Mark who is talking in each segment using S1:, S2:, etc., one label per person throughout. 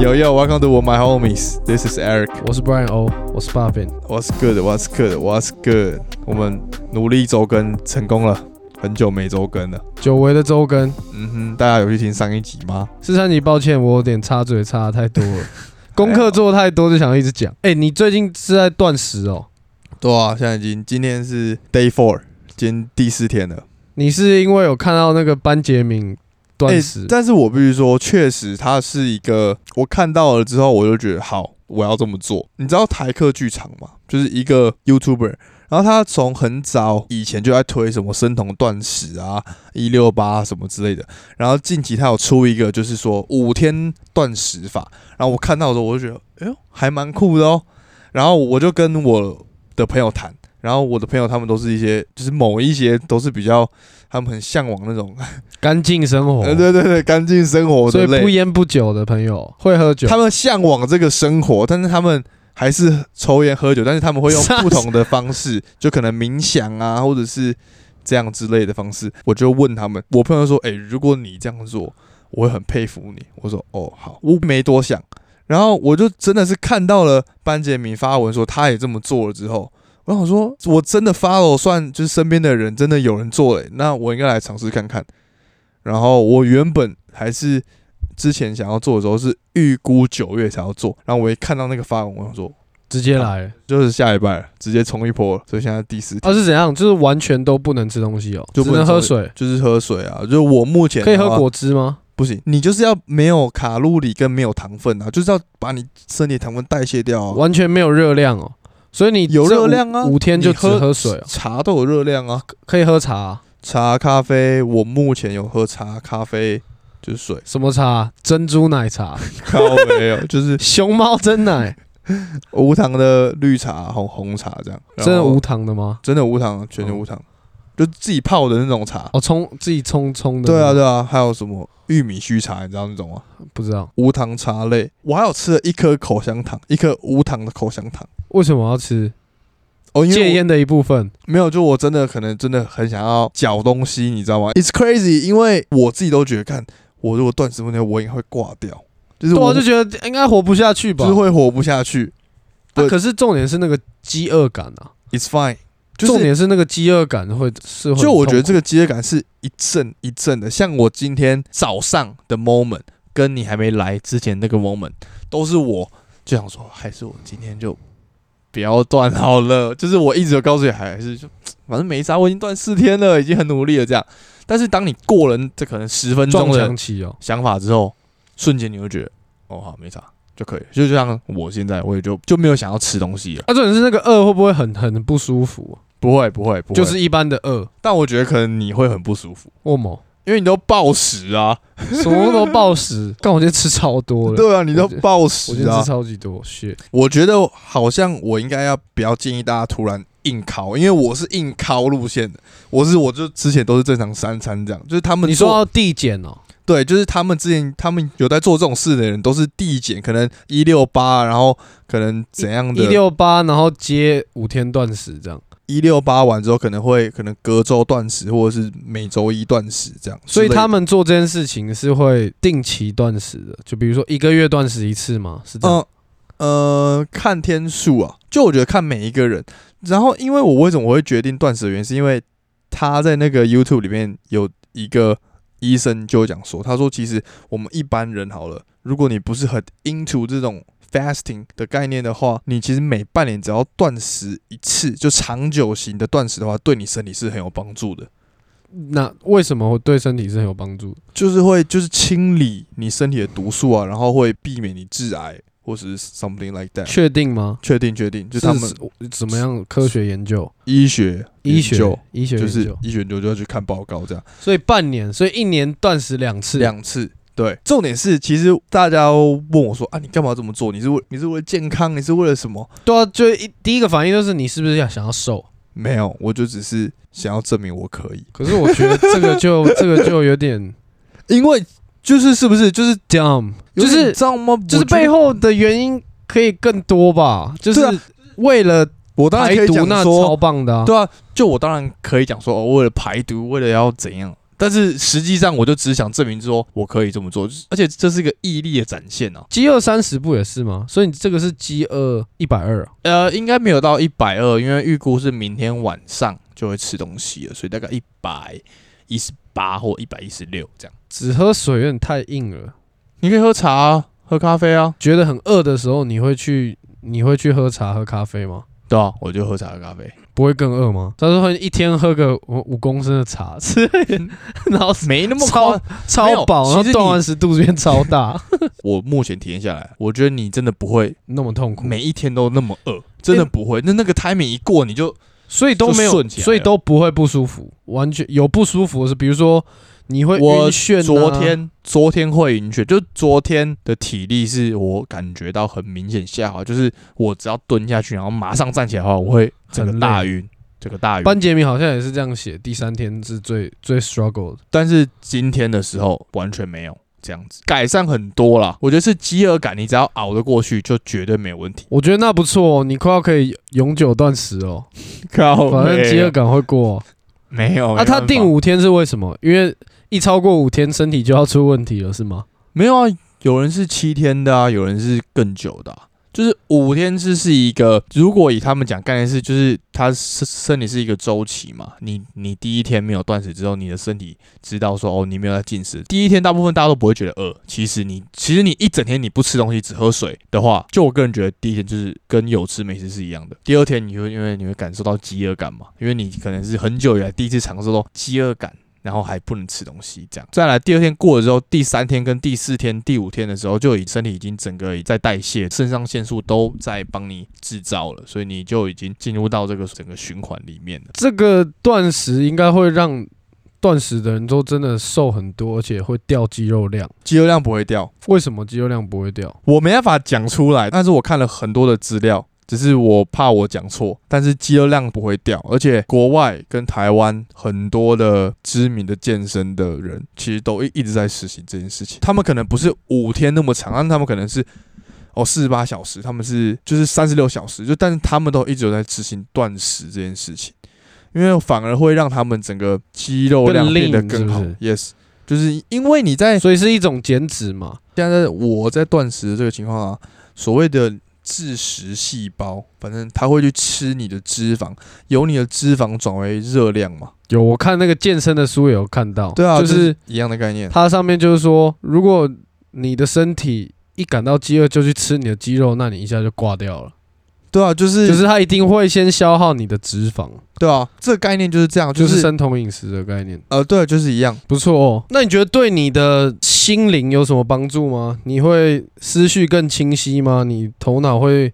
S1: Yo yo, welcome to my homies. This is Eric.
S2: 我是 Brian O，我是 Bobbin。
S1: What's good? What's good? What's good? 我们努力周更成功了，很久没周更了。
S2: 久违的周更，
S1: 嗯哼，大家有去听上一集吗？
S2: 四三你抱歉，我有点插嘴插的太 多了，功课做太多就想要一直讲。哎、你最近是在断食哦？
S1: 对啊，现在已经今天是 day four，今天第四天了。
S2: 你是因为有看到那个班杰明断食？
S1: 哎但是我必须说，确实它是一个，我看到了之后我就觉得好，我要这么做。你知道台客剧场吗？就是一个 YouTuber，然后他从很早以前就在推什么生酮断食啊、一六八什么之类的，然后近期他有出一个就是说五天断食法，然后我看到的时候我就觉得，哎呦，还蛮酷的哦。然后我就跟我的朋友谈。然后我的朋友他们都是一些，就是某一些都是比较，他们很向往那种
S2: 干净生活，
S1: 呃，对对对，干净生活
S2: 所
S1: 的
S2: 以不
S1: 类，
S2: 烟不酒的朋友会喝酒，
S1: 他们向往这个生活，但是他们还是抽烟喝酒，但是他们 会用不同的方式， 就可能冥想啊，或者是这样之类的方式。我就问他们，我朋友说：“诶，如果你这样做，我会很佩服你。”我说：“哦，好。”我没多想，然后我就真的是看到了班杰明发文说他也这么做了之后。我想说，我真的 follow 算就是身边的人，真的有人做了、那我应该来尝试看看。然后我原本还是之前想要做的时候是预估九月才要做，然后我一看到那个发文，我想说
S2: 直接来。
S1: 就是下礼拜了直接冲一波了，所以现在第四天、
S2: 啊，是怎样？就是完全都不能吃东西哦，
S1: 就
S2: 只
S1: 不能
S2: 能喝
S1: 抽
S2: 水，
S1: 就是喝水啊，就是我目前
S2: 可以
S1: 的
S2: 喝
S1: 话
S2: 果汁吗？
S1: 不行，你就是要没有卡路里跟没有糖分啊，就是要把你身体糖分代谢掉啊。
S2: 完全没有热量哦，所以你
S1: 有
S2: 这
S1: 热
S2: 五
S1: 量啊
S2: 五天
S1: 你
S2: 就只
S1: 喝
S2: 喝水哦，
S1: 茶都有热量啊，
S2: 可以喝茶啊、，
S1: 茶、咖啡，我目前有喝茶、咖啡，就是水
S2: 什么茶？珍珠奶茶、
S1: 咖没 有，就是
S2: 熊猫真奶，
S1: 无糖的绿茶、红红茶这样。 然
S2: 真的
S1: 后
S2: 无糖的吗？
S1: 真的无糖，全
S2: 哦
S1: 全无糖，就自己泡的那种茶。
S2: 哦，冲自己冲冲的。
S1: 对啊，，对啊，还有什么玉米须茶，你知道那种吗？
S2: 不知道
S1: 无糖茶类，我还有吃了一颗口香糖，一颗无糖的口香糖。
S2: 为什么要吃
S1: 哦，因为
S2: 戒
S1: 我
S2: 烟的一部分。
S1: 没有，就我真的可能真的很想要嚼东西，你知道吗？It's crazy，因为我自己都觉得，看我如果断食五天，我应该会挂掉，就是
S2: 对啊，
S1: 我
S2: 就觉得应该活不下去吧。
S1: 就是会活不下去。
S2: 啊
S1: 对
S2: 可是重点是那个饥饿感啊，
S1: It's fine，就
S2: 重
S1: 是
S2: 点是那个饥饿感会是会很
S1: 就我觉得这
S2: 痛
S1: 个饥饿感是一阵一阵的，像我今天早上的 moment，跟你还没来之前那个 moment，都是我就想说，还是我今天就不要断好了。就是我一直有告诉你，还是就反正没啥，我已经断四天了，已经很努力了这样。但是当你过了这可能十分
S2: 苦
S1: 钟
S2: 撞
S1: 的
S2: 墙期哦。
S1: 想法之后，瞬间你会觉得，哦，好，没啥就可以了。就像我现在，我也就就没有想要吃东西了，
S2: 啊，重点是那个饿会不会很很不舒服？
S1: 不会，不会，不会。
S2: 就，是一般的饿，
S1: 但我觉得可能你会很不舒服，
S2: 我 某
S1: 因为你都暴食啊。
S2: 什么都暴食，但我今天吃超多了，
S1: 对啊，你都暴
S2: 我
S1: 食
S2: 今天
S1: 啊
S2: 吃！超级多，血
S1: 我觉得好像我应该要不要建议大家突然硬烤，因为我是硬烤路线的，我是我就之前都是正常三餐这样，就是他们
S2: 你说
S1: 做
S2: 要递减哦，
S1: 对，就是他们之前他们有在做这种事的人都是递减，可能一六八，啊然后可能怎样
S2: 一
S1: 的
S2: 六八，然后接五天断食这样，
S1: 一六八完之后可能会可能隔周断食或者是每周一断食这样，
S2: 所以他
S1: 们
S2: 们做这件事情是会定期断食的，就比如说一个月断食一次嘛，是这样。
S1: 嗯呃看天数啊，就我觉得看每一个人。然后，因为我为什么我会决定断食的原因，是因为他在那个 YouTube 里面有一个医生就有讲说，他说其实我们一般人好了，如果你不是很 into 这种 fasting 的概念的话，你其实每半年只要断食一次，就长久型的断食的话，对你身体是很有帮助的。嗯
S2: 那为什么对身体是很有帮助的？
S1: 就是会就是清理你身体的毒素啊，然后会避免你致癌或者是 something like that。
S2: 确定吗？
S1: 确定确定，啊就是他们
S2: 是怎么样科学研究？
S1: 医学
S2: 医
S1: 研究
S2: 学医学
S1: 就
S2: 研
S1: 是
S2: 究，
S1: 医学研究就要去看报告这样
S2: 所以半年，所以一年断食两次，
S1: 两次。对，重点是其实大家都问我说啊，你干嘛这么做？你是为你是为了健康？你是为了什么？
S2: 对啊，就一第一个反应就是你是不是要想要瘦？
S1: 没有，我就只是想要证明我可以，
S2: 可是我觉得这个就这个就有点
S1: 因为就是是不是就是
S2: ，damn，就
S1: 有点
S2: 是
S1: 知道吗？
S2: 就
S1: 我
S2: 是
S1: 觉得
S2: 背后的原因可以更多吧，就是
S1: 对啊
S2: 为了
S1: 我当然可
S2: 排
S1: 以
S2: 毒
S1: 讲
S2: 那超
S1: 说，
S2: 棒的、啊，
S1: 对啊，就我当然可以讲说，哦，为了排毒，为了要怎样。但是实际上，我就只想证明说我可以这么做，就是而且这是一个毅力的展现啊。
S2: 饥饿三十不也是吗？所以你这个是饥饿一百二，啊
S1: 呃，应该没有到一百二，因为预估是明天晚上就会吃东西了，所以大概一百一十八或一百一十六这样。
S2: 只喝水有点太硬了。
S1: 你可以喝茶、啊、喝咖啡啊，
S2: 觉得很饿的时候，你会去你会去喝茶喝咖啡吗？
S1: 对啊，我就喝茶喝咖啡，
S2: 不会更饿吗？他说会一天喝个五五公升的茶之类的， 然后
S1: 没那么
S2: 超
S1: 夸张。没有
S2: 超饱，然
S1: 其
S2: 后
S1: 实你
S2: 断完食肚子变超大，
S1: 我目前体验下来，我觉得你真的不会
S2: 那么痛苦，
S1: 每一天都那么饿，真的不会。那那个 timing 一过，你就
S2: 所以都没
S1: 就
S2: 有，
S1: 顺起来了
S2: 所以都不会不舒服，完全有不舒服的是，比如说你会
S1: 我
S2: 晕眩、啊，
S1: 昨天昨天会晕眩，就昨天的体力是我感觉到很明显下滑，就是我只要蹲下去，然后马上站起来的话，我会整个
S2: 很累
S1: 大晕，整个大晕。
S2: 班杰明好像也是这样写，第三天是最最 struggle 的，
S1: 但是今天的时候完全没有这样子，改善很多啦。我觉得是饥饿感，你只要熬得过去，就绝对没有问 题。
S2: 我觉得那不错、哦，你快要可以永久断食哦，
S1: 靠
S2: 反正饥饿感会过、哦。
S1: 哎没有
S2: 啊，他定五天是为什么？因为一超过五天，身体就要出问题了，是吗？
S1: 没有啊，有人是七天的啊，有人是更久的、啊。就是五天是是一个，如果以他们讲概念是，就是他身身体是一个周期嘛。你你第一天没有断食之后，你的身体知道说哦，你没有在进食。第一天大部分大家都不会觉得饿，其实你其实你一整天你不吃东西只喝水的话，就我个人觉得第一天就是跟有吃没吃是一样的。第二天你会因为你会感受到饥饿感嘛，因为你可能是很久以来第一次尝试到饥饿感，然后还不能吃东西，这样。再来，第二天过了之后，第三天跟第四天、第五天的时候，就已身体已经整个在代谢，肾上腺素都在帮你制造了，所以你就已经进入到这个整个循环里面了。
S2: 这个断食应该会让断食的人都真的瘦很多，而且会掉肌肉量。
S1: 肌肉量不会掉，
S2: 为什么肌肉量不会掉？
S1: 我没办法讲出来，但是我看了很多的资料。只是我怕我讲错，但是肌肉量不会掉，而且国外跟台湾很多的知名的健身的人，其实都一一直在实行这件事情。他们可能不是五天那么长，但他们可能是哦四十八小时，他们是就是三十六小时，就但是他们都一直有在执行断食这件事情，因为反而会让他们整个肌肉量
S2: 更
S1: 变得
S2: lean，
S1: 更好。
S2: 是不
S1: Yes，就是因为你在
S2: 所以是一种减脂嘛。
S1: 现在我在断食的这个情况啊，所谓的自食细胞，反正它会去吃你的脂肪，由你的脂肪转为热量嘛。
S2: 有，我看那个健身的书也有看到，
S1: 对啊，
S2: 就
S1: 就是是一样的概念。
S2: 它上面就是说，如果你的身体一感到饥饿就去吃你的肌肉，那你一下就挂掉了。
S1: 对啊，就是
S2: 就是它一定会先消耗你的脂肪，
S1: 对啊，这个概念就是这样，
S2: 就
S1: 就是是
S2: 生酮饮食的概念。
S1: 呃，对，就是一样。
S2: 不错哦。那你觉得对你的心灵有什么帮助吗？你会思绪更清晰吗？你头脑会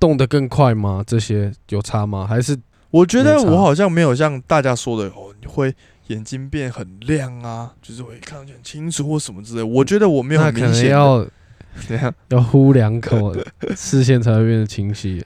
S2: 动得更快吗？这些有差吗？还是
S1: 我觉得
S2: 没差
S1: 我好像没有像大家说的哦，你会眼睛变很亮啊，就是会看得很清楚或什么之类的。我觉得我没有
S2: 那
S1: 很
S2: 可
S1: 明
S2: 能
S1: 显的，
S2: 要
S1: 怎样
S2: 要呼两口，视线才会变得清晰。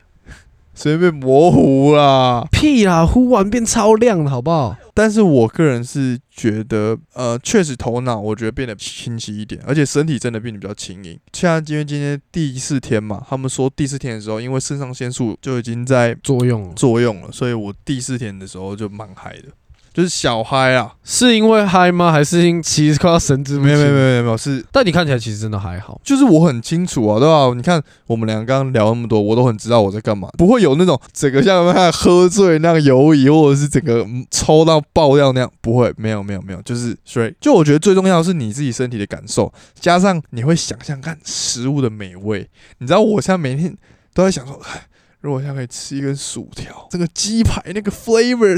S1: 随便模糊啦。
S2: 屁啦，呼完变超亮了，好不好？
S1: 但是我个人是觉得，呃，确实头脑我觉得变得清晰一点，而且身体真的变得比较轻盈。像因为今天第四天嘛，他们说第四天的时候，因为肾上腺素就已经在
S2: 作用
S1: 作用了，所以我第四天的时候就蛮嗨的，就是小嗨啊，
S2: 是因为嗨吗？还是因为其实快要神志不清？
S1: 没有没有没有。没有没有是。
S2: 但你看起来其实真的还好，
S1: 就是我很清楚啊，对吧、你看我们俩刚刚聊那么多，我都很知道我在干嘛，不会有那种整个像他喝醉那样游移，或者是整个嗯抽到爆掉那样，不会，没有没有没有，就是所以就我觉得最重要的是你自己身体的感受，加上你会想象看食物的美味。你知道我现在每天都在想说，哎如果现在可以吃一根薯条，这个鸡排那个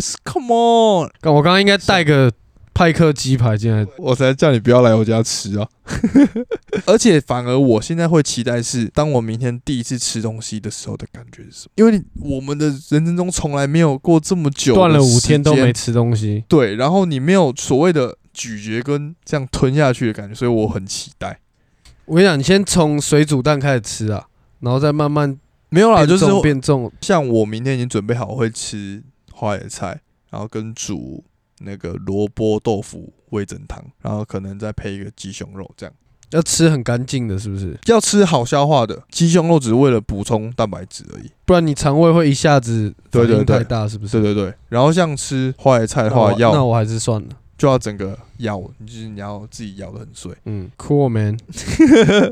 S1: flavors，come on，
S2: 但我刚刚应该带个派克鸡排进来，
S1: 我才叫你不要来我家吃啊！ 而且反而我现在会期待是，当我明天第一次吃东西的时候的感觉是什么？因为你我们的人生中从来没有过这么久的
S2: 断了五天都
S1: 时
S2: 没
S1: 间
S2: 吃东西。
S1: 对，然后你没有所谓的咀嚼跟这样吞下去的感觉，所以我很期待。
S2: 我跟你讲，你先从水煮蛋开始吃啊，然后再慢慢
S1: 没有啦，
S2: 变
S1: 就是
S2: 重变重。
S1: 像我明天已经准备好我会吃花椰菜，然后跟煮那个萝卜豆腐味增汤，然后可能再配一个鸡胸肉这样。
S2: 要吃很干净的，是不是？
S1: 要吃好消化的鸡胸肉，只是为了补充蛋白质而已。
S2: 不然你肠胃会一下子
S1: 对
S2: 反
S1: 对
S2: 应
S1: 对
S2: 太大，是不是
S1: 对？对对，然后像吃花椰菜的
S2: 那我
S1: 话，
S2: 那
S1: 要
S2: 我还是算了。
S1: 就要整个咬，就是你要自己咬的很碎。
S2: 嗯，Cool man，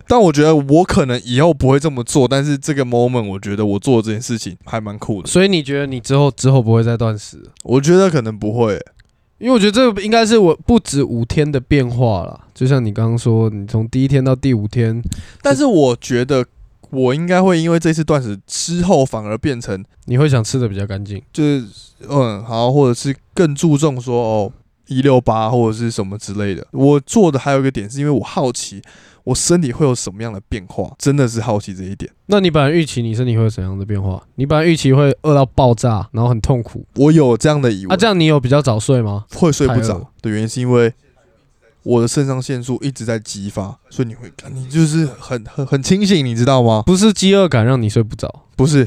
S1: 但我觉得我可能以后不会这么做，但是这个 moment 我觉得我做的这件事情还蛮酷的。
S2: 所以你觉得你之后之后不会再断食了？
S1: 我觉得可能不会、
S2: 因为我觉得这个应该是我不止五天的变化啦，就像你刚刚说，你从第一天到第五天，
S1: 但是我觉得我应该会因为这次断食之后，反而变成
S2: 你会想吃的比较干净。
S1: 就是嗯好，或者是更注重说哦一六八或者是什么之类的。我做的还有一个点是因为我好奇我身体会有什么样的变化，真的是好奇这一点。
S2: 那你本来预期你身体会有怎样的变化？你本来预期会饿到爆炸，然后很痛苦。
S1: 我有这样的疑
S2: 啊，
S1: 问，
S2: 这样你有比较早睡吗？
S1: 会睡不
S2: 太饿
S1: 着
S2: 了
S1: 的原因是因为。我的肾上腺素一直在激发，所以你会，你就是很很很清醒，你知道吗？
S2: 不是饥饿感让你睡不着。
S1: 不是，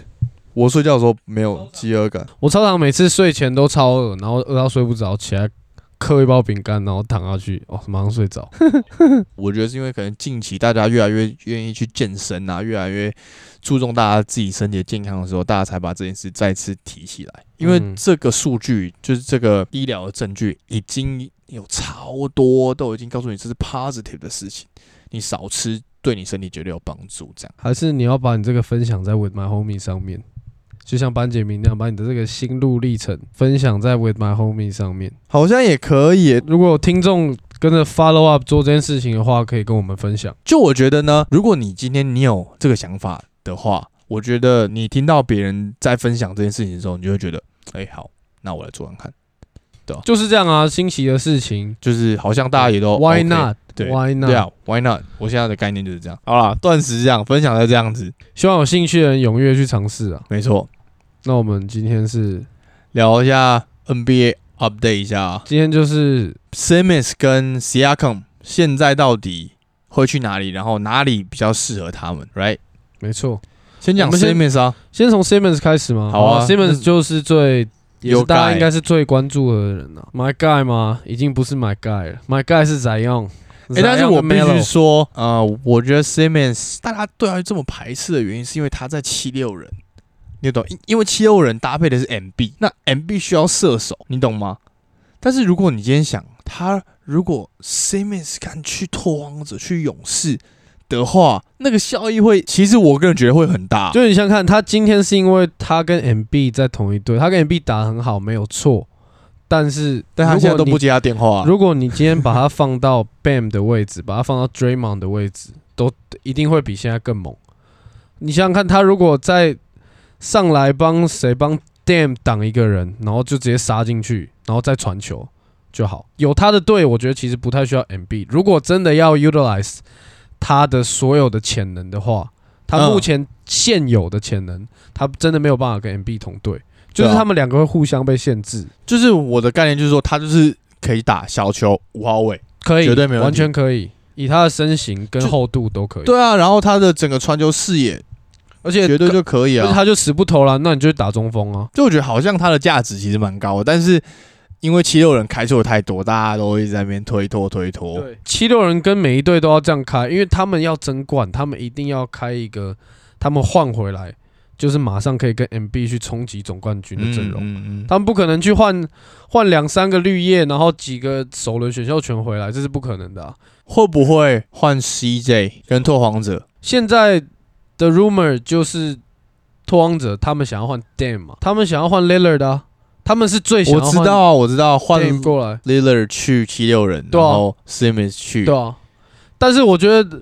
S1: 我睡觉的时候没有饥饿感，
S2: 我超常每次睡前都超饿，然后饿到睡不着，起来嗑一包饼干，然后躺下去，哦，马上睡着。
S1: 我觉得是因为可能近期大家越来越愿意去健身啊，越来越注重大家自己身体的健康的时候，大家才把这件事再次提起来。因为
S2: 嗯
S1: 这个数据，就是这个医疗的证据，已经有超多都已经告诉你这是 positive 的事情，你少吃对你身体绝对有帮助。这样，
S2: 还是你要把你这个分享在 With My Homie 上面，就像班杰明那样，把你的这个心路历程分享在 With My Homie 上面。
S1: 好像也可以耶。
S2: 如果有听众跟着 follow up 做这件事情的话，可以跟我们分享。
S1: 就我觉得呢，如果你今天你有这个想法的话，我觉得你听到别人在分享这件事情的时候，你就会觉得，哎、好，那我来做看看。
S2: 就是这样啊，新奇的事情。
S1: 就是好像大家也都
S2: Why
S1: OK，
S2: not？
S1: 对
S2: Why not？
S1: 对啊，Why not？我现在的概念就是这样。好啦，断食这样分享就这样子，
S2: 希望有兴趣的人踊跃去尝试啊。
S1: 没错。
S2: 那我们今天是
S1: 聊一下 NBA update 一下啊
S2: 今天就是
S1: ，Simmons 跟 Siakam 现在到底会去哪里？然后哪里比较适合他们？Right？
S2: 没错，
S1: 先讲
S2: 我们先
S1: Simmons 啊，
S2: 先从 Simmons 开始吗？哦
S1: 好啊
S2: ，Simmons 就是最也是
S1: Your
S2: 大家
S1: guy
S2: 应该是最关注的人啊。My guy 嘛，已经不是 My guy 了，My guy 是 Zion。
S1: 哎、但是
S2: Zion
S1: 我
S2: 跟
S1: 必须
S2: Melo
S1: 说，呃，我觉得 Simmons 大家对他这么排斥的原因，是因为他在七六人，你懂？因因为七六人搭配的是 MB，那 MB 需要射手，你懂吗？但是如果你今天想他，如果 Simmons 敢去拓荒者、去勇士的话，那个效益会，其实我个人觉得会很大。
S2: 就你想想看，他今天是因为他跟 MB 在同一队，他跟 MB 打得很好，没有错。但是，
S1: 但他
S2: 如
S1: 现在
S2: 果
S1: 都不
S2: 你
S1: 接他电话、
S2: 如果你今天把它放到 Bam 的位置，把它放到 Draymond 的位置，都一定会比现在更猛。你想想看，他如果在上来帮谁帮 Dam 挡一个人，然后就直接杀进去，然后再传球就好。有他的队，我觉得其实不太需要 MB。如果真的要 utilize 他的所有的潜能的话，他
S1: 嗯
S2: 目前现有的潜能，他真的没有办法跟 MB 同队，就
S1: 对啊
S2: 是他们两个会互相被限制。
S1: 就是我的概念就是说，他就是可以打小球五号位。
S2: 可以，
S1: 绝对没问题
S2: 完全可以。以他的身形跟厚度都可以，
S1: 对啊，然后他的整个传球视野
S2: 而且
S1: 绝对就可以
S2: 而
S1: 啊
S2: 且。他就死不投篮，那你就打中锋啊。
S1: 就我觉得好像它的价值其实蛮高的，但是因为七六人开错太多，大家都一直在那边推脱推脱。
S2: 对，七六人跟每一队都要这样开，因为他们要争冠，他们一定要开一个，他们换回来就是马上可以跟 MB 去冲击总冠军的阵容。
S1: 嗯嗯
S2: 他们不可能去换换两三个绿叶，然后几个首轮选秀权回来，这是不可能的啊、
S1: 会不会换 CJ 跟拓荒者？
S2: 现在的 rumor 就是拓荒者他们想要换 Dam 嘛，他们想要换 Lillard 的啊、他们是最想
S1: 我
S2: 要
S1: 知
S2: 换
S1: 道啊，我知道换
S2: Dame 过来，
S1: Lillard 去七六人，
S2: 对
S1: 然
S2: 啊
S1: 后 Simmons 去
S2: 对啊。但是我觉得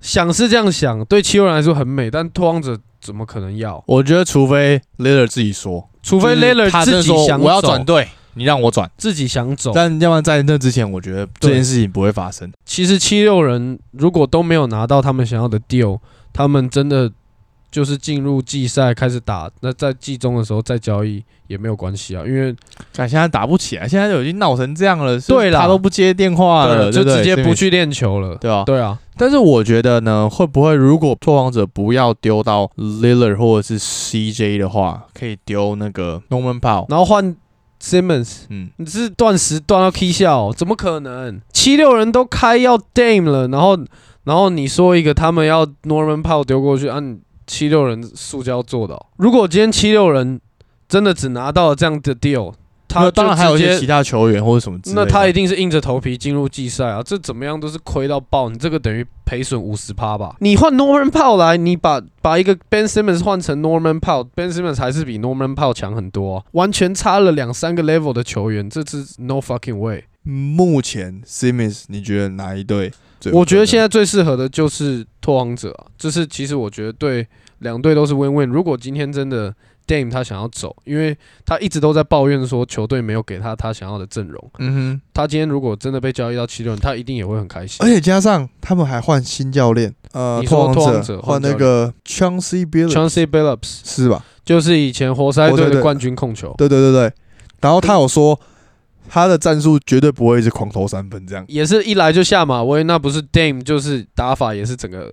S2: 想是这样想，对七六人来说很美，但拓荒者怎么可能要？
S1: 我觉得除非 Lillard 自己说，
S2: 除非
S1: 就是
S2: Lillard
S1: 他
S2: 自
S1: 真的
S2: 己
S1: 说
S2: 想
S1: 我要
S2: 走
S1: 转队，你让我转。
S2: 自己想走。
S1: 但要不然在那之前，我觉得这
S2: 对
S1: 件事情不会发生。
S2: 其实七六人如果都没有拿到他们想要的 deal，他们真的就是进入季赛开始打，那在季中的时候再交易也没有关系啊，因为
S1: 但现在打不起来，现在都已经闹成这样了，是
S2: 对啦
S1: 他都不接电话了，
S2: 啊就
S1: 啊对
S2: 直
S1: 对
S2: 接
S1: Simmons
S2: 不去练球了。
S1: 对啊，
S2: 对啊，
S1: 但是我觉得呢，会不会如果拓荒者不要丢到 Lillard 或者是 CJ 的话，可以丢那个 Norman Powell，
S2: 然后换 Simmons，
S1: 嗯，
S2: 你是断食断到 K 笑，哦怎么可能？七六人都开要 Dame 了，然后然后你说一个他们要 Norman Powell 丢过去，按、你七六人塑胶做的哦、如果今天七六人真的只拿到了这样的 deal，他
S1: 那
S2: 就
S1: 当然还有一
S2: 直
S1: 些
S2: 接
S1: 其他球员或者什么之类的。
S2: 那他一定是硬着头皮进入季赛啊，这怎么样都是亏到爆，你这个等于赔损五十趴吧？你换 Norman Powell 来，你把把一个 Ben Simmons 换成 Norman Powell，Ben Simmons 还是比 Norman Powell 强很多啊、完全差了两三个 level 的球员，这是 no fucking way。
S1: 目前 Simmons，你觉得哪一队最有可能？
S2: 我觉得现在最适合的就是拓荒者、啊，就是其实我觉得对两队都是 win win。如果今天真的 Dame 他想要走，因为他一直都在抱怨说球队没有给他他想要的阵容，
S1: 嗯哼，
S2: 他今天如果真的被交易到七六人，他一定也会很开心。
S1: 而且加上他们还换新教练，呃，
S2: 你说
S1: 荒
S2: 拓荒者
S1: 换
S2: 换
S1: 那个 Chauncey Billups
S2: Chauncey Billups
S1: 是吧？
S2: 就是以前活塞
S1: 活塞
S2: 队
S1: 队
S2: 的冠军控球，
S1: 对对对对，然后他有说他的战术绝对不会一直狂投三分这样。
S2: 也是一来就下马威，那不是 Dame 就是打法也是整个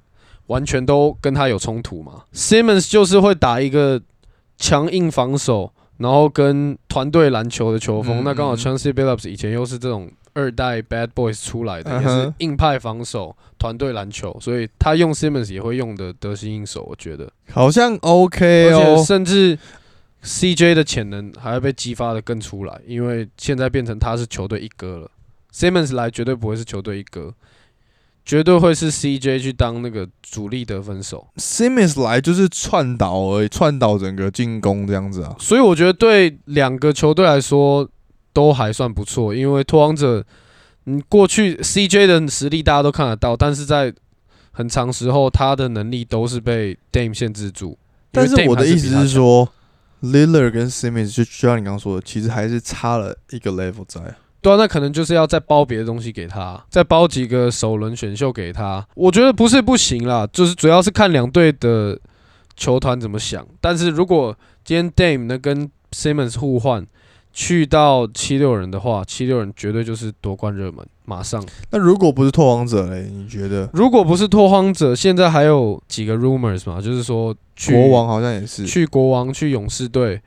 S2: 完全都跟他有冲突嘛。Simmons 就是会打一个强硬防守，然后跟团队篮球的球风。
S1: 嗯
S2: 那刚好
S1: 嗯
S2: Chauncey Billups 以前又是这种二代 Bad Boys 出来的，
S1: 嗯
S2: 也
S1: 哼
S2: 是硬派防守、团队篮球，所以他用 Simmons 也会用的得心应手，我觉得。
S1: 好像 OK
S2: 而且
S1: 哦，
S2: 甚至 CJ 的潜能还会被激发的更出来，因为现在变成他是球队一哥了。Simmons 来绝对不会是球队一哥，绝对会是 CJ 去当那个主力得分手。
S1: Simmons 来就是串导而已，串导整个进攻这样子啊。
S2: 所以我觉得对两个球队来说都还算不错，因为拓荒者，嗯，过去 CJ 的实力大家都看得到，但是在很长时候他的能力都是被 Dame 限制住。因
S1: 但
S2: 为
S1: 是
S2: Dame
S1: 我的
S2: 还
S1: 意
S2: 比
S1: 思
S2: 他
S1: 是
S2: 强，
S1: 说，Lillard 跟 Simmons 就就像你刚刚说的，其实还是差了一个 level 在。
S2: 对啊，那可能就是要再包别的东西给他，再包几个首轮选秀给他。我觉得不是不行啦，就是主要是看两队的球团怎么想。但是如果今天 Dame 能跟 Simmons 互换，去到七六人的话，七六人绝对就是夺冠热门，马上。
S1: 那如果不是拓荒者嘞，你觉得
S2: 如果不是拓荒者，现在还有几个 rumors 嘛，就是说去
S1: 国王好像也是，
S2: 去国王、去勇士队，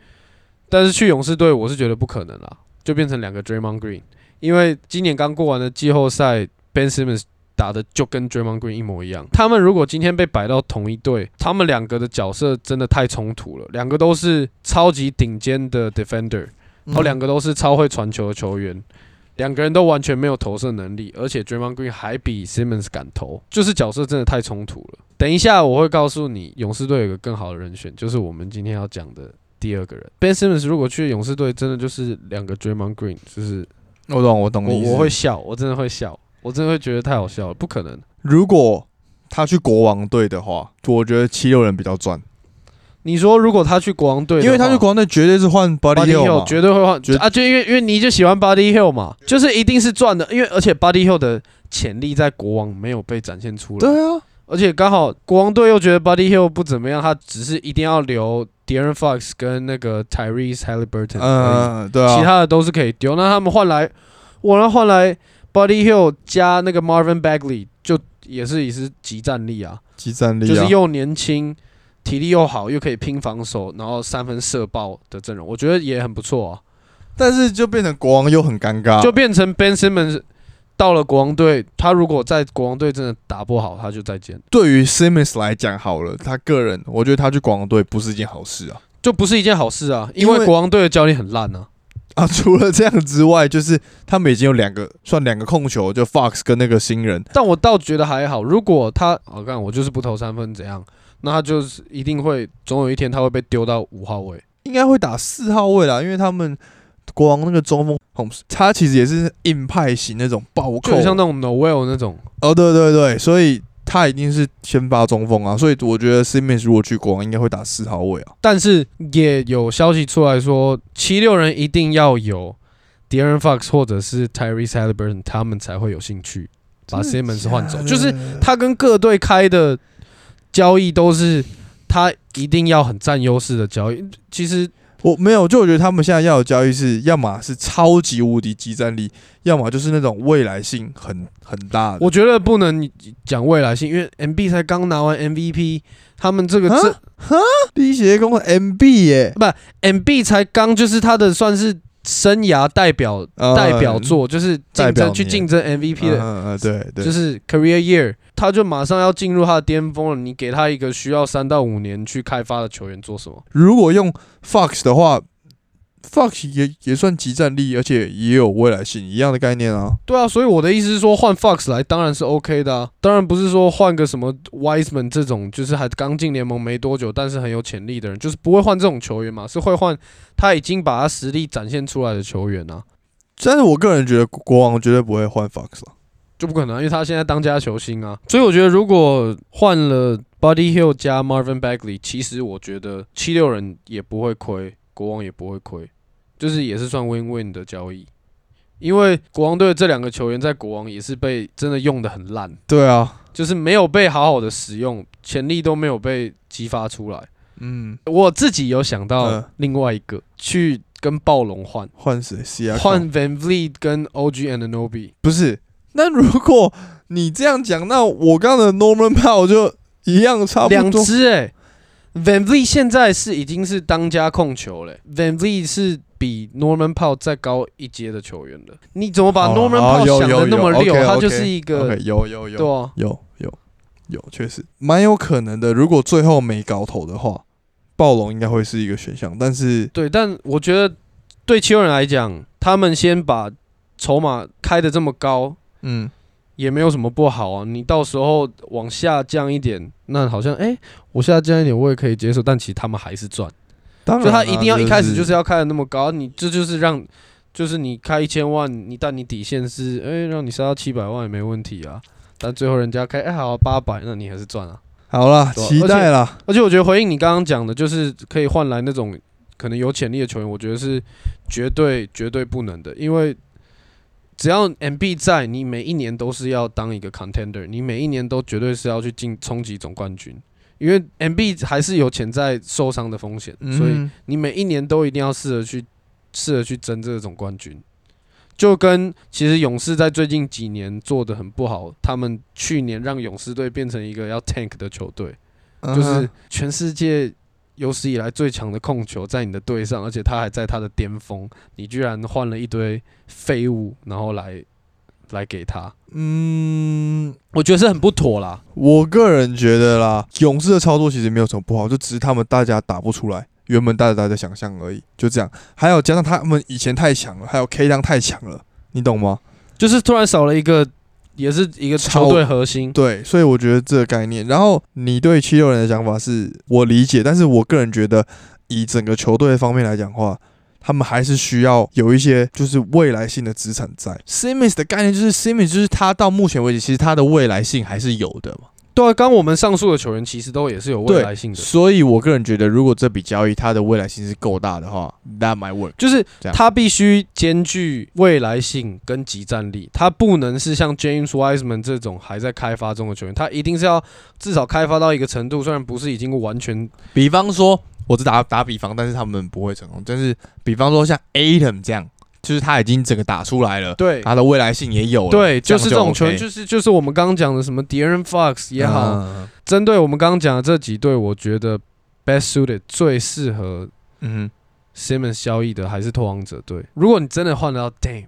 S2: 但是去勇士队我是觉得不可能啦，就变成两个 Draymond Green，因为今年刚过完的季后赛，Ben Simmons 打的就跟 Draymond Green 一模一样。他们如果今天被摆到同一队，他们两个的角色真的太冲突了，两个都是超级顶尖的 defender，然
S1: 嗯
S2: 哦后两个都是超会传球的球员。两个人都完全没有投射能力，而且 Draymond Green 还比 Simmons 敢投，就是角色真的太冲突了。等一下我会告诉你，勇士队有个更好的人选，就是我们今天要讲的第二个人 Ben Simmons。如果去勇士队，真的就是两个 Draymond Green，就是
S1: 我懂我懂
S2: 我
S1: 你意思。
S2: 我会笑，我真的会笑，我真的会觉得太好笑了，不可能。
S1: 如果他去国王队的话，我觉得七六人比较赚，
S2: 你说如果他去国王队的话，
S1: 因为他去国王队绝对是换
S2: Buddy
S1: Buddy
S2: Hill
S1: 嘛，
S2: 绝对会换
S1: 绝
S2: 啊，就因为因为你就喜欢 Buddy Hill 嘛，就是一定是赚的，因为而且 Buddy Hill 的潜力在国王没有被展现出来。
S1: 对啊，
S2: 而且刚好国王队又觉得 Buddy Hill 不怎么样，他只是一定要留 De'Aaron Fox 跟那个 Tyrese Halliburton，而
S1: 嗯，对
S2: 已、
S1: 啊，
S2: 其他的都是可以丢。那他们换来，我那换来 Buddy Hill 加那个 Marvin Bagley，就也是也是集战力啊，
S1: 集战力、啊、
S2: 就是又年轻，体力又好，又可以拼防守，然后三分射爆的阵容，我觉得也很不错啊。
S1: 但是就变成国王又很尴尬，啊
S2: 就变成 Ben Simmons 到了国王队，他如果在国王队真的打不好，他就再见。
S1: 对于 Simmons 来讲好了，他个人我觉得他去国王队不是一件好事啊
S2: 就不是一件好事啊，
S1: 因
S2: 因
S1: 为
S2: 为国王队的教练很烂啊。
S1: 啊！ 除了这样之外，就是他们已经有两个算两个控球，就 Fox 跟那个新人，
S2: 但我倒觉得还好，如果他好看，我就是不投三分怎样，那他就是一定会总有一天他会被丢到五号位。
S1: 应该会打四号位啦，因为他们国王那个中锋 Holmes，他其实也是硬派型那种暴
S2: 就
S1: 扣
S2: 很，像那种 Noel 那种，
S1: 哦，对对对，所以他一定是先发中锋啊，所以我觉得 Simmons 如果去国王，应该会打四号位啊。
S2: 但是也有消息出来说，七六人一定要有 De'Aaron Fox 或者是 Tyrese Halliburton，他们才会有兴趣把 Simmons 换
S1: 啊
S2: 走。就是他跟各队开的交易都是他一定要很占优势的交易。其实
S1: 我没有，就我觉得他们现在要的交易是，要么是超级无敌集战力，要么就是那种未来性很很大的。
S2: 我觉得不能讲未来性，因为 MB 才刚拿完 MVP，他们这个
S1: 啊
S2: 这
S1: 滴血工 MB 耶、
S2: MB 才刚就是他的算是生涯代表
S1: 呃
S2: 代表作，就是
S1: 代
S2: 竞
S1: 表
S2: 争去
S1: 年
S2: 竞争 MVP 的，
S1: 嗯嗯嗯，对对，
S2: 就是 career year，他就马上要进入他的巅峰了。你给他一个需要三到五年去开发的球员做什么？
S1: 如果用 Fox 的话，Fox 也也算集战力，而且也有未来性，一样的概念啊。
S2: 对啊，所以我的意思是说，换 Fox 来当然是 OK 的、啊，当然不是说换个什么 Wiseman 这种，就是还刚进联盟没多久，但是很有潜力的人，就是不会换这种球员嘛，是会换他已经把他实力展现出来的球员啊，
S1: 但是我个人觉得国王绝对不会换 Fox 了。
S2: 就不可能啊、因为他现在当家球星啊，所以我觉得如果换了 Buddy Hill 加 Marvin Bagley，其实我觉得七六人也不会亏，国王也不会亏，就是也是算 win win 的交易。因为国王队的这两个球员在国王也是被真的用的很烂，
S1: 对啊，
S2: 就是没有被好好的使用，潜力都没有被激发出来。
S1: 嗯，
S2: 我自己有想
S1: 嗯
S2: 到另外一个，去跟暴龙换
S1: 换谁？C R
S2: 换 Van Vliet 跟 OG and Nobi，
S1: 不是？那如果你这样讲，那我刚刚的 Norman Powell 就一样差不
S2: 两
S1: 多。啊
S2: 支哎，Van Vliet 现在是已经是当家控球嘞、Van Vliet 是比 Norman Powell 再高一阶的球员了。你怎么把
S1: 好
S2: Norman
S1: 好
S2: Powell
S1: 哦有
S2: 想
S1: 有
S2: 的那么
S1: 有
S2: 溜？
S1: ，OK，
S2: 他
S1: OK，
S2: 就是一个
S1: OK，有有有
S2: 对啊，
S1: 有有有，确实蛮有可能的。如果最后没搞头的话，暴龙应该会是一个选项，但是
S2: 对，但我觉得对七六人来讲，他们先把筹码开的这么高，
S1: 嗯，
S2: 也没有什么不好啊。你到时候往下降一点，那好像哎、诶我下降一点我也可以接受，但其实他们还是赚，
S1: 当然
S2: 所以
S1: 啦、
S2: 他一定要一开始
S1: 就
S2: 就是要开的那么高，你这就是让。就是你开一千万，你但你底线是，哎、让你杀到七百万也没问题啊。但最后人家开，哎、好八百，那你还是赚啊。
S1: 好啦，
S2: 对啊
S1: 期待啦。
S2: 而且我觉得回应你刚刚讲的，就是可以换来那种可能有潜力的球员，我觉得是绝对绝对不能的，因为只要 MB 在，你每一年都是要当一个 contender，你每一年都绝对是要去进冲击总冠军，因为 MB 还是有潜在受伤的风险，所以
S1: 嗯
S2: 你每一年都一定要试着去试着去争这个总冠军。就跟其实勇士在最近几年做的很不好，他们去年让勇士队变成一个要 tank 的球队，就
S1: 嗯
S2: 是
S1: 哼
S2: 全世界有史以来最强的控球在你的队上，而且他还在他的巅峰，你居然换了一堆废物，然后来来给他，
S1: 嗯，
S2: 我觉得是很不妥啦。
S1: 我个人觉得啦，勇士的操作其实没有什么不好，就只是他们大家打不出来，原本大家大家想象而已，就这样。还有加上他们以前太强了，还有 K 量太强了，你懂吗？
S2: 就是突然少了一个，也是一个
S1: 超
S2: 球队核心。
S1: 对，所以我觉得这个概念。然后你对七六人的想法是我理解，但是我个人觉得，以整个球队方面来讲的话，他们还是需要有一些就是未来性的资产在。Simmons 的概念就是 Simmons，就是他到目前为止，其实他的未来性还是有的嘛。
S2: 对啊，刚我们上述的球员其实都也是有未来性的，
S3: 所以我个人觉得，如果这笔交易它的未来性是够大的话，That might work。
S2: 就是
S3: 这样
S2: 他必须兼具未来性跟集战力，他不能是像 James Wiseman 这种还在开发中的球员，他一定是要至少开发到一个程度，虽然不是已经完全
S3: 比方说，我只打打比方，但是他们不会成功。但是比方说像 Atom 这样，就是他已经整个打出来了，
S2: 对
S3: 他的未来性也有了，
S2: 对，
S3: 这样就
S2: 就是这种球
S3: OK
S2: 员，就是就是我们刚刚讲的什么 d a r o n Fox 也好，
S3: 嗯
S2: 针对我们刚刚讲的这几队，我觉得 best suited 最适合
S3: 嗯
S2: Simmons 交易的还是拓荒者队。如果你真的换得到 Dame，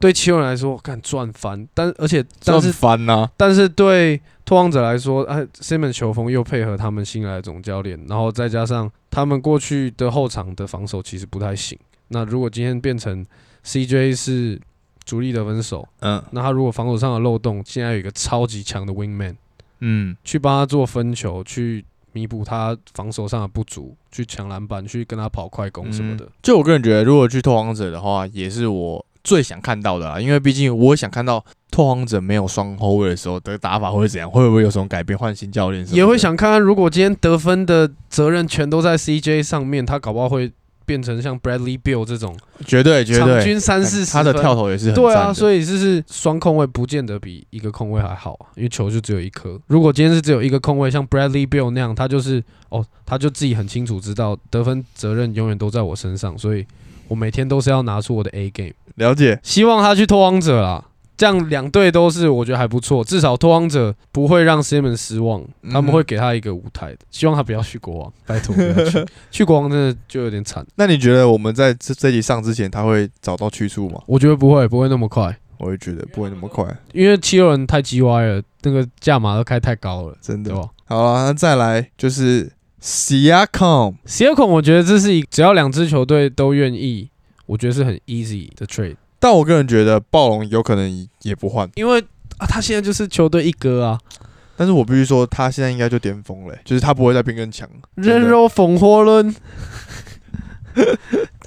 S2: 对球人来说，看赚翻，但而且但
S3: 但
S2: 是
S3: 是翻呐、
S2: 但是对拓荒者来说，哎、s i m m o n 球风又配合他们新来的总教练，然后再加上他们过去的后场的防守其实不太行。那如果今天变成 CJ 是主力得分手，
S3: 嗯
S2: 那他如果防守上的漏洞，现在有一个超级强的 wing man
S3: 嗯，
S2: 去帮他做分球，去弥补他防守上的不足，去抢篮板，去跟他跑快攻什么
S1: 嗯
S2: 的。
S3: 嗯就我个人觉得，如果去拓荒者的话，也是我最想看到的啦，因为毕竟我也想看到拓荒者没有双后卫的时候的打法会是怎样，会不会有什么改变，换新教练什么的
S2: 也会想看看，如果今天得分的责任全都在 CJ 上面，他搞不好会变成像 Bradley Bill 这种
S3: 绝对绝
S2: 场
S3: 对
S2: 均三四十
S3: 他的
S2: 分
S3: 跳投也是很
S2: 对啊，
S3: 以
S2: 所以就是双控位不见得比一个控位还好啊，因为球就只有一颗。如果今天是只有一个控位，像 Bradley Bill 那样，他就是哦，他就自己很清楚知道得分责任永远都在我身上，所以我每天都是要拿出我的 A game。
S1: 了解，
S2: 希望他去拓荒者啦，这样两队都是我觉得还不错，至少拓荒者不会让 Simmons 失望，
S1: 嗯
S2: 他们会给他一个舞台的。希望他不要去国王，拜托不 要去，去国王真的就有点惨。
S1: 那你
S2: 啊
S1: 觉得我们在这这集上之前，他会找到去处吗？
S2: 我觉得不会，不会那么快，
S1: 我也觉得不会那么快，
S2: 因为七六人太鸡歪了，那个价码都开太高了，
S1: 真
S2: 对啊
S1: 的。
S2: 吧
S1: 好了，那再来就是 Siakam，
S2: s i a k o n 我觉得这是一只要两支球队都愿意，我觉得是很 easy 的 trade，
S1: 但我个人觉得暴龙有可能也不换，
S2: 因为啊，他现在就是球队一哥啊，
S1: 但是我必须说他现在应该就巅峰了、欸就是他不会再变更强。
S2: 人
S1: 真的
S2: 肉风火轮。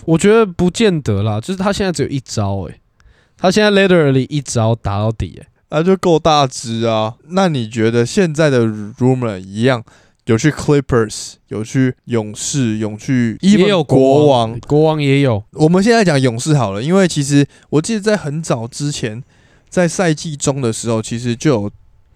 S2: 我觉得不见得啦，就是他现在只有一招诶、他现在 literally 一招打到底诶、欸
S1: 那啊就够大只啊。那你觉得现在的 rumor 一样有去 Clippers，有去勇士，有去
S2: 也
S1: even
S2: 有
S1: 国
S2: 王
S1: 王，，
S2: 国王也有，
S1: 我们现在讲勇士好了，因为其实我记得在很早之前，在赛季中的时候，其实就有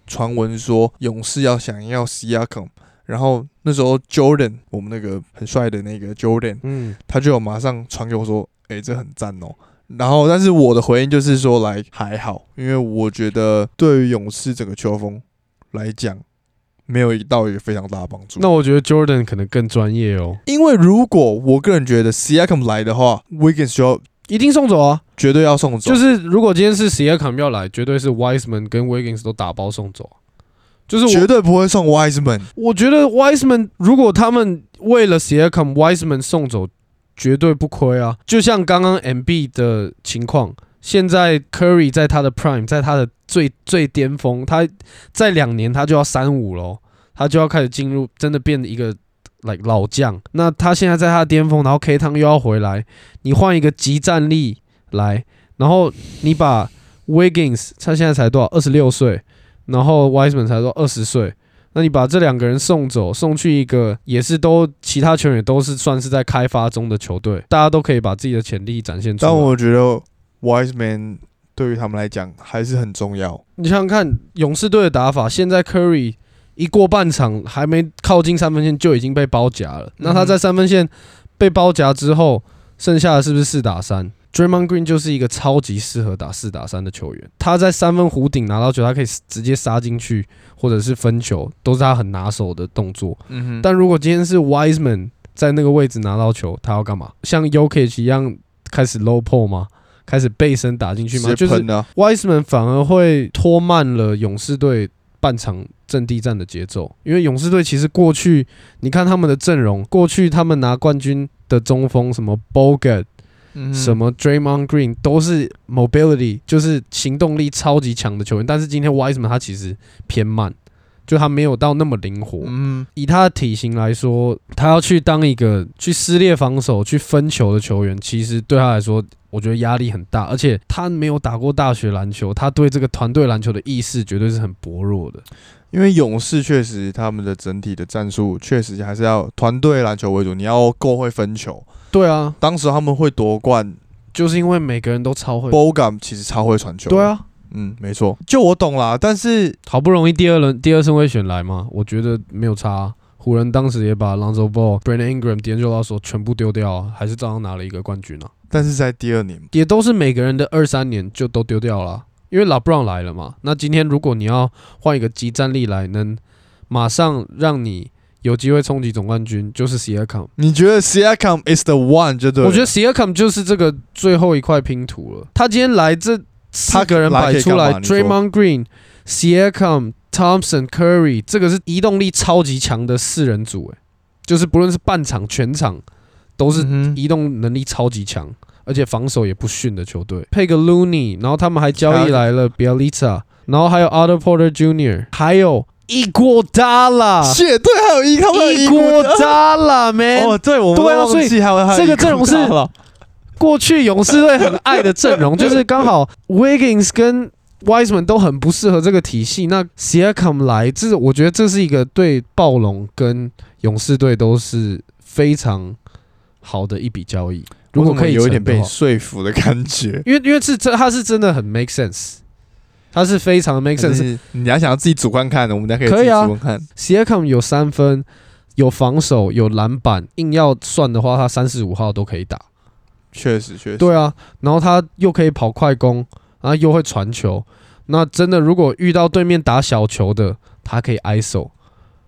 S1: 传闻说勇士要想要 Siakam，然后那时候 Jordan，我们那个很帅的那个 Jordan，
S2: 嗯，
S1: 他就有马上传给我说：“诶，这很赞哦。”然后，但是我的回应就是说，来还好，因为我觉得对于勇士整个球风来讲，没有一到一个非常大的帮助。
S2: 那我觉得 Jordan 可能更专业哦，
S1: 因为如果我个人觉得 Siakam 来的话，Wiggins 就要
S2: 一定送走啊。
S1: 绝对要送走，
S2: 就是如果今天是 s i a k a m 要来，绝对是 Wiseman 跟 Wiggins 都打包送走。啊就是
S1: 绝
S2: 我
S1: 对不会送 Wiseman。
S2: 我觉得 Wiseman 如果他们为了 s i a k a m Wiseman 送走，绝对不亏啊。就像刚刚 MB 的情况，现在 Curry 在他的 Prime，在他的最最巅峰，他在两年他就要三五喽，他就要开始进入真的变一个 like 老将。那他现在在他的巅峰，然后 K 汤又要回来，你换一个集战力来，然后你把 Wiggins 他现在才多少二十六岁，然后 Wiseman 才多二十岁，那你把这两个人送走，送去一个也是都其他球员也都是算是在开发中的球队，大家都可以把自己的潜力展现出来。
S1: 但我觉得 Wiseman 对于他们来讲还是很重要。
S2: 你想想看，勇士队的打法，现在 Curry 一过半场还没靠近三分线就已经被包夹了。那他在三分线被包夹之后，剩下的是不是四打三？Draymond Green 就是一个超级适合打四打三的球员。他在三分弧顶拿到球，他可以直接杀进去，或者是分球，都是他很拿手的动作。
S1: 嗯
S2: 但如果今天是 Wiseman 在那个位置拿到球，他要干嘛？像 Yokich 一样开始 low pull 吗？开始背身打进去吗？就是
S1: 呢，
S2: Wiseman 反而会拖慢了勇士队半场阵地战的节奏，因为勇士队其实过去你看他们的阵容，过去他们拿冠军的中锋什么 Bogut、什
S1: 嗯
S2: 么 Draymond Green 都是 mobility，就是行动力超级强的球员，但是今天 Wiseman 他其实偏慢，就他没有到那么灵活。
S1: 嗯
S2: 以他的体型来说，他要去当一个去撕裂防守、去分球的球员，其实对他来说，我觉得压力很大。而且他没有打过大学篮球，他对这个团队篮球的意识绝对是很薄弱的。
S1: 因为勇士确实他们的整体的战术确实还是要团队篮球为主，你要够会分球。
S2: 对啊，
S1: 当时他们会夺冠
S2: 就是因为每个人都超会。
S1: ，Bogam 其实超会传球。
S2: 对，啊，
S1: 嗯，没错，就我懂啦。但是
S2: 好不容易第二轮第二顺位选来嘛，我觉得没有差啊、湖人当时也把 Lonzo Ball、Brandon Ingram、D'Angelo 说全部丢掉啊，还是照样拿了一个冠军啊。
S1: 但是在第二年，
S2: 也都是每个人的二三年就都丢掉了啊，因为老布朗来了嘛。那今天如果你要换一个集战力来，能马上让你有机会冲击总冠军，就是 Siakam。
S1: 你觉得 Siakam is the one 就对了，
S2: 我觉得 Siakam 就是这个最后一块拼图了。他今天来这四个人
S1: 他来
S2: 摆
S1: 可以
S2: 出
S1: 干嘛
S2: 来
S1: 你说
S2: ，Draymond Green、Siakam、Thompson、Curry，这个是移动力超级强的四人组，诶，就是不论是半场、全场都是
S1: 嗯哼
S2: 移动能力超级强，而且防守也不逊的球队，配个 Looney，然后他们还交易来了 Bielitsa，然后还有 Otto Porter Jr，还有 Iguodala，
S1: 谢对，还有一他们有一锅
S2: Iguodala，man，
S1: 哦，对，我们
S2: 对啊所以
S1: 忘记还有还有
S2: 这个
S1: 一锅
S2: 阵容是
S1: 大佬
S2: 过去勇士队很爱的阵 容，就是刚好 Wiggins 跟 Wiseman 都很不适合这个体系，那 Siakam 来，这是我觉得这是一个对暴龙跟勇士队都是非常好的一笔交易。如果
S1: 我怎么
S2: 可以
S1: 有一
S2: 成
S1: 点
S2: 的
S1: 被
S2: 话
S1: 说服的感觉。
S2: 因为因为是这他是真的很 make sense，他是非常 make
S1: 甚
S2: sense。
S1: 至你还想要自己主观看的，我们等下可以
S2: 可
S1: 自
S2: 以
S1: 己
S2: 啊
S1: 主观看。
S2: Siakam 有三分，有防守，有篮板，硬要算的话，他三十五号都可以打。
S1: 确实，确实，
S2: 对啊，然后他又可以跑快攻，啊，然后又会传球。那真的如果遇到对面打小球的，他可以 ISO，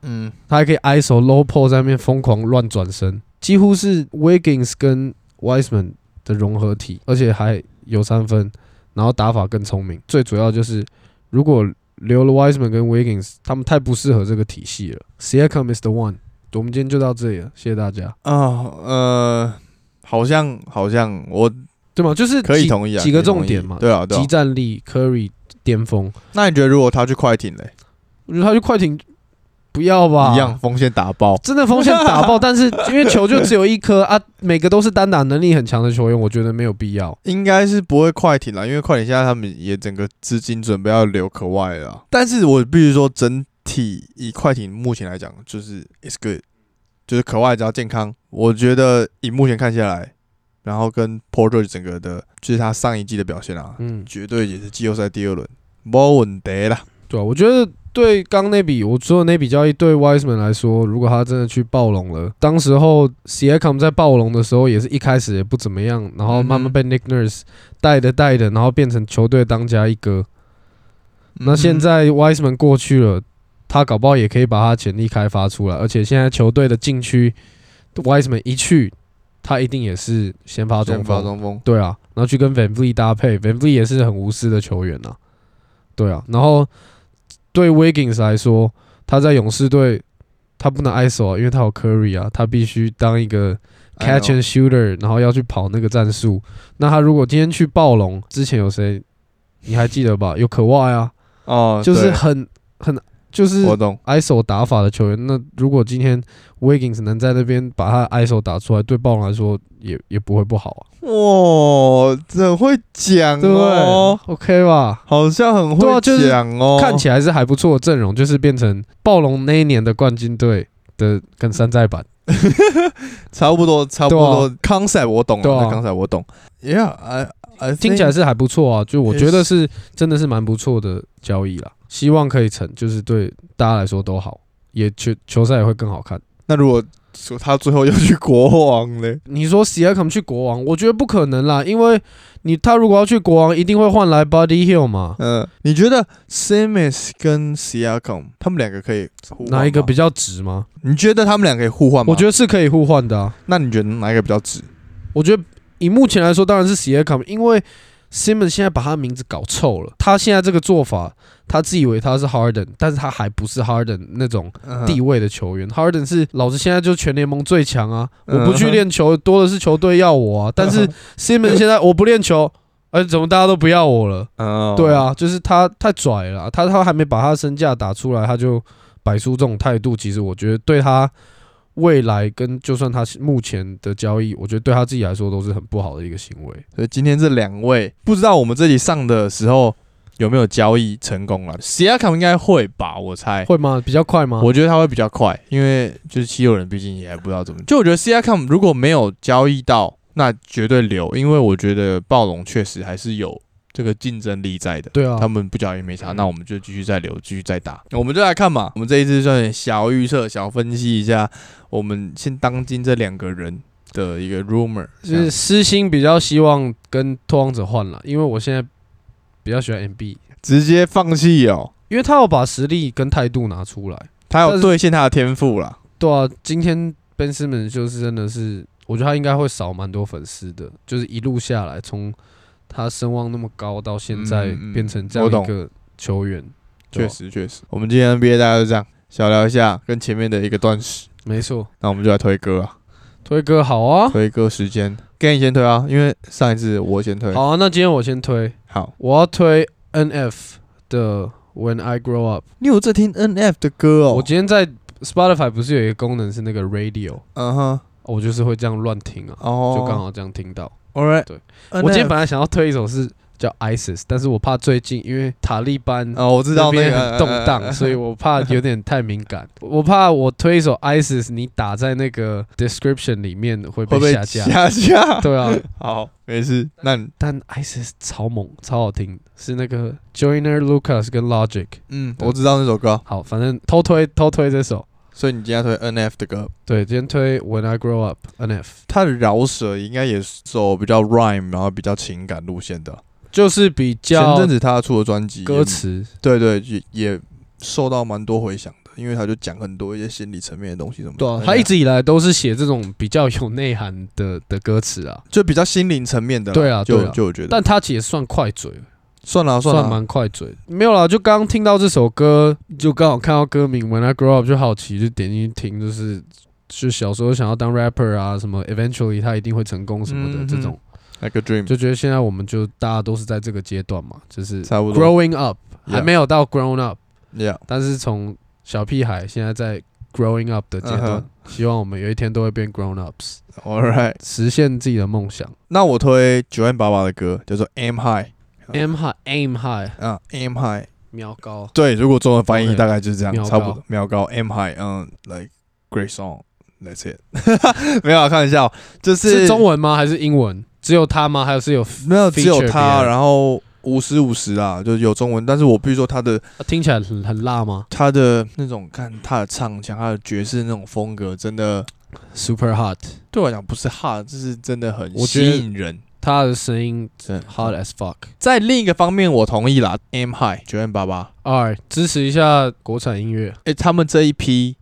S3: 嗯，
S2: 他还可以 ISO low p o 在那边疯狂乱转身，几乎是 Wiggins 跟 Wiseman 的融合体，而且还有三分，然后打法更聪明。最主要就是，如果留了 Wiseman 跟 Wiggins，他们太不适合这个体系了。Siakam is the one。我们今天就到这里了，谢谢大家，
S1: 啊，呃，好像好像我
S2: 对吗？就是
S1: 可以
S2: 几
S1: 同意啊，
S2: 几个
S1: 可以同
S2: 重点
S1: 意
S2: 嘛
S1: 对啊，对啊
S2: 集。战力，Curry 巅峰，
S1: 那你觉得如果他去快艇嘞，
S2: 我觉得他去快艇不要吧，
S1: 一样锋线打爆？
S2: 真的锋线打爆，但是因为球就只有一颗啊，每个都是单打能力很强的球员，我觉得没有必要。
S1: 应该是不会快艇啦，因为快艇现在他们也整个资金准备要留可外了啊。但是我必须说，整体以快艇目前来讲，就是 it's good，就是可外只要健康，我觉得以目前看下来，然后跟 Porter 整个的，就是他上一季的表现啊，
S2: 嗯，
S1: 绝对也是季后赛第二轮，没问题啦。
S2: 对啊、我觉得对刚那笔我说的那笔交易对 Wiseman 来说，如果他真的去暴龙了，当时候 Siakam 在暴龙的时候也是一开始也不怎么样，然后慢慢被 Nick Nurse 带的带的，然后变成球队当家一哥。那现在 Wiseman 过去了，他搞不好也可以把他潜力开发出来，而且现在球队的禁区，Wiseman 一去，他一定也是先发中
S1: 先发
S2: 锋。
S1: 中锋，
S2: 对啊，然后去跟 Van Vliet 搭配，Van Vliet 也是很无私的球员啊。对啊，然后对 Wiggins 来说，他在勇士队他不能 ISO 啊，因为他有 Curry 啊，他必须当一个
S1: 哎
S2: catch and shooter，然后要去跑那个战术。那他如果今天去暴龙，之前有谁你还记得吧？有可外啊，
S1: 哦，
S2: 就是很很就是
S1: 对我懂，
S2: ISO 打法的球员。那如果今天 Wiggins 能在那边把他的 ISO 打出来，对暴龙来说也也不会不好啊。
S1: 哇，真会讲
S2: 对不对
S1: 哦，
S2: ？OK 吧？
S1: 好像很
S2: 对啊
S1: 会
S2: 就是
S1: 讲哦，
S2: 看起来是还不错的阵容，就是变成暴龙那一年的冠军队的跟山寨版。
S1: 差不多，差不多。concept 我懂
S2: 对啊
S1: 了，那 concept 我懂。Yeah，I I
S2: 听起来是还不错啊，就我
S1: Yes
S2: 觉得是真的是蛮不错的交易啦，希望可以成，就是对大家来说都好，也球球赛也会更好看。
S1: 那如果说他最后又去国王嘞，
S2: 你说 s i a k a m 去国王，我觉得不可能啦，因为你他如果要去国王，一定会换来 Buddy Hill 嘛，
S1: 嗯，你觉得 Simmons 跟 Siakam 他们两个可以互换吗
S2: 哪一个比？较值吗？
S1: 你觉得他们两个可以互换吗？
S2: 我觉
S1: 得，
S2: 得是可以互换的啊。
S1: 那你觉得哪一个比较值？
S2: 我觉得以目前来说，当然是 s i a k a m 因为 Simmons 现在把他的名字搞臭了。他现在这个做法，他自以为他是 Harden，但是他还不是 Harden 那种地位的球员。Harden 是老子现在就全联盟最强啊！我不去练球，多的是球队要我啊。但是 Simmons 现在我不练球，哎，怎么大家都不要我了？
S1: 嗯，
S2: 对，啊，就是他太拽了啊，他他还没把他身价打出来，他就摆出这种态度，其实我觉得对他未来跟就算他目前的交易，我觉得对他自己来说都是很不好的一个行为。
S1: 所以今天这两位，不知道我们这集上的时候有没有交易成功啊了？Siakam 应该会吧，我猜。
S2: 会吗？比较快吗？
S1: 哎我觉得他会比较快，因为就是七六人毕竟也还不知道怎么。就我觉得 C I Com 如果没有交易到，那绝对留，因为我觉得暴龙确实还是有这个竞争力在的。
S2: 对啊嗯
S1: 他，们不交易没差，那我们就继续再留，继续再打。我们就来看嘛，我们这一次算小预测、小分析一下，我们现当今这两个人的一个 rumor，
S2: 就是私心比较希望跟拓荒者换了，因为我现在比较喜欢 MB，
S1: 直接放弃哦。
S2: 因为他要把实力跟态度拿出来。
S1: 他
S2: 但
S1: 有
S2: 是
S1: 兑现他的天赋啦，
S2: 对啊，今天 Ben Simmons 就是真的是，我觉得他应该会少蛮多粉丝的，就是一路下来，从他声望那么高到现在
S1: 嗯嗯
S2: 变成这样
S1: 我懂
S2: 一个球员，对
S1: 确
S2: 啊，
S1: 实确实。我们今天 NBA 大家就这样小聊一下，跟前面的一个断食，
S2: 没错。
S1: 那我们就来推歌啊。
S2: 推歌好啊，
S1: 推歌时间，给你先推啊，因为上一次我先推。
S2: 好啊，那今天我先推，
S1: 好
S2: 我要推 NF 的 When I Grow Up。
S1: 你有在听 NF 的歌哦？
S2: 我今天在 Spotify 不是有一个功能是那个 Radio，哦
S1: 嗯哼，
S2: 我就是会这样乱听啊，
S1: 哦，
S2: 就刚。好这样听到。
S1: All right，
S2: 对，
S1: 我
S2: 我今天本来想要推一首是叫 ISIS，但是我怕最近因为塔利班
S1: 哦，我知道那
S2: 边
S1: 个呃
S2: 很动荡，所以我怕有点太敏感，我怕我推一首 ISIS，你打在那个 description 里面
S1: 会
S2: 会被
S1: 被
S2: 下架。
S1: 下架。
S2: 对啊，
S1: 好，没事。那你
S2: 但 ISIS 超猛，超好听，是那个 Joiner Lucas 跟 Logic。
S1: 嗯，我知道那首歌，
S2: 好，反正偷推偷推这首。
S1: 所以你今天推 NF 的歌，
S2: 对，今天推 When I Grow Up NF。
S1: 他的饶舌应该也是走比较 rhyme，然后比较情感路线的。
S2: 就是比
S1: 前
S2: 较
S1: 阵子他出的专辑也
S2: 歌，词，
S1: 对对，也也受到蛮多回响的，因为他就讲很多一些心理层面的东西什么的。
S2: 对啊，他一直以来都是写这种比较有内涵的的歌词啊，
S1: 就比较心灵层面的啦，
S2: 对啊对
S1: 就
S2: 啊
S1: 就我觉得，
S2: 但他其实算快嘴，
S1: 算了啊算
S2: 算
S1: 了，
S2: 蛮快嘴的。没有啦，就刚听到这首歌，就刚好看到歌名《When I Grow Up》，就好奇就点进去听，就是就小时候想要当 rapper 啊，什么 eventually 他一定会成功什么的
S1: 嗯
S2: 这种，
S1: like a dream，
S2: 就觉得现在我们就大家都是在这个阶段嘛，就是
S1: 差不多
S2: growing up，
S1: Yeah
S2: 还没有到 grown up，
S1: ，Yeah，
S2: 但是从小屁孩现在在 growing up 的阶
S1: 嗯
S2: 段
S1: 哼，
S2: 希望我们有一天都会变 grown ups，
S1: all right。
S2: 实现自己的梦想。
S1: 那我推九万爸爸的歌叫做《Aim High嗯
S2: aim high, aim high，》
S1: 啊，《Aim High》。
S2: 瞄高。
S1: 对，如果中文翻译
S2: OK，
S1: 大概就是这样
S2: 秒高
S1: 差不多。秒高，M high，嗯，like great song，that's it 。 没有啊，开玩笑，就是
S2: 是中文吗？还是英文？只有他吗？还有是有
S1: 没有只有
S2: feature 别
S1: 他，
S2: 人
S1: 然后五十五十啊，就是有中文，但是我必须说他的
S2: 啊听起来很很辣吗
S1: 他的那种看他的唱腔，他的爵士那种风格，真的
S2: ？Super hot，
S1: 对我来讲不是 hard，就是真的很
S2: 我觉得
S1: 吸引人。
S2: 他的声音
S1: 真的
S2: hot as fuck。
S1: 在另一个方面，我同意啦，M high 九万八八，
S2: 二支持一下国产音乐，
S1: 哎，他们这一批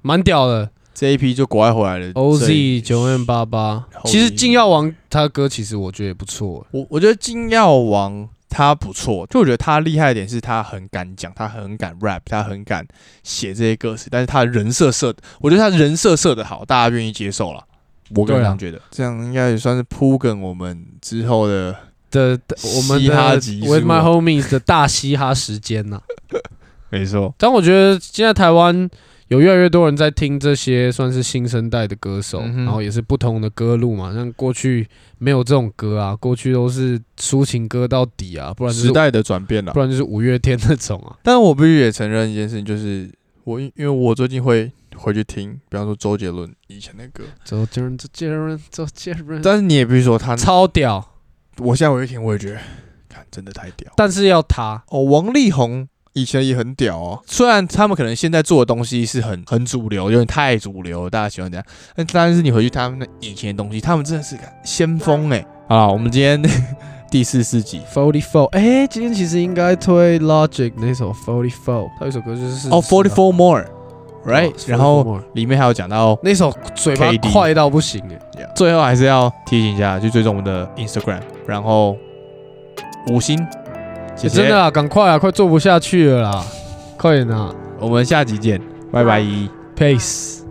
S2: 蛮屌的。
S1: 这一批就国外回来的
S2: OZ 九
S1: N
S2: N 八八，
S1: 后
S2: 其实
S1: 一
S2: 金耀王他的歌其实我觉得也不错。
S1: 我我觉得金耀王他不错，就我觉得他厉害的点是他很敢讲，他很敢 rap，他很敢写这些歌词，但是他的人设设，我觉得他人设设的好，大家愿意接受了。我个人
S2: 对啊
S1: 这样觉得，这样应该也算是铺梗我们之后的。
S2: 的的我们
S1: 嘻哈
S2: 的
S1: 集数
S2: With My Homies 的大嘻哈时间呐、
S1: 没错，
S2: 但我觉得现在台湾有越来越多人在听这些算是新生代的歌手，
S1: 嗯哼
S2: 然后也是不同的歌路嘛。像过去没有这种歌啊，过去都是抒情歌到底啊，不然就
S1: 时
S2: 是
S1: 代的转变了
S2: 不。然就是五月天那种啊。
S1: 但是我必须也承认一件事情，就是我因因为我最近会回去听，比方说周杰伦以前的歌，
S2: 周杰伦，周杰伦，周杰伦，
S1: 但是你也必须说他，
S2: 超屌，
S1: 我现在回去听，我也觉得，看真的太屌。
S2: 但是要他。
S1: 哦，王力宏以前也很屌哦，虽然他们可能现在做的东西是很很主流，有点太主流，大家喜欢这样，但但是你回去他们的以前的东西，他们真的是个先锋哎、好了，我们今天 第四四集
S2: Forty Four，哎，今天其实应该推 Logic 那首 Forty Four，他有一首歌就是
S1: 哦，Forty Four
S2: 哦
S1: More，right，、然后里面还有讲到，
S2: 那首嘴巴
S1: KD
S2: 快到不行哎，
S1: 最后还是要提醒一下，去追踪我们的 Instagram，然后五星，谢谢，
S2: 欸真的啊，赶快啊，快做不下去了啦，快点啊
S1: 我们下集见，拜拜。
S2: ，Peace。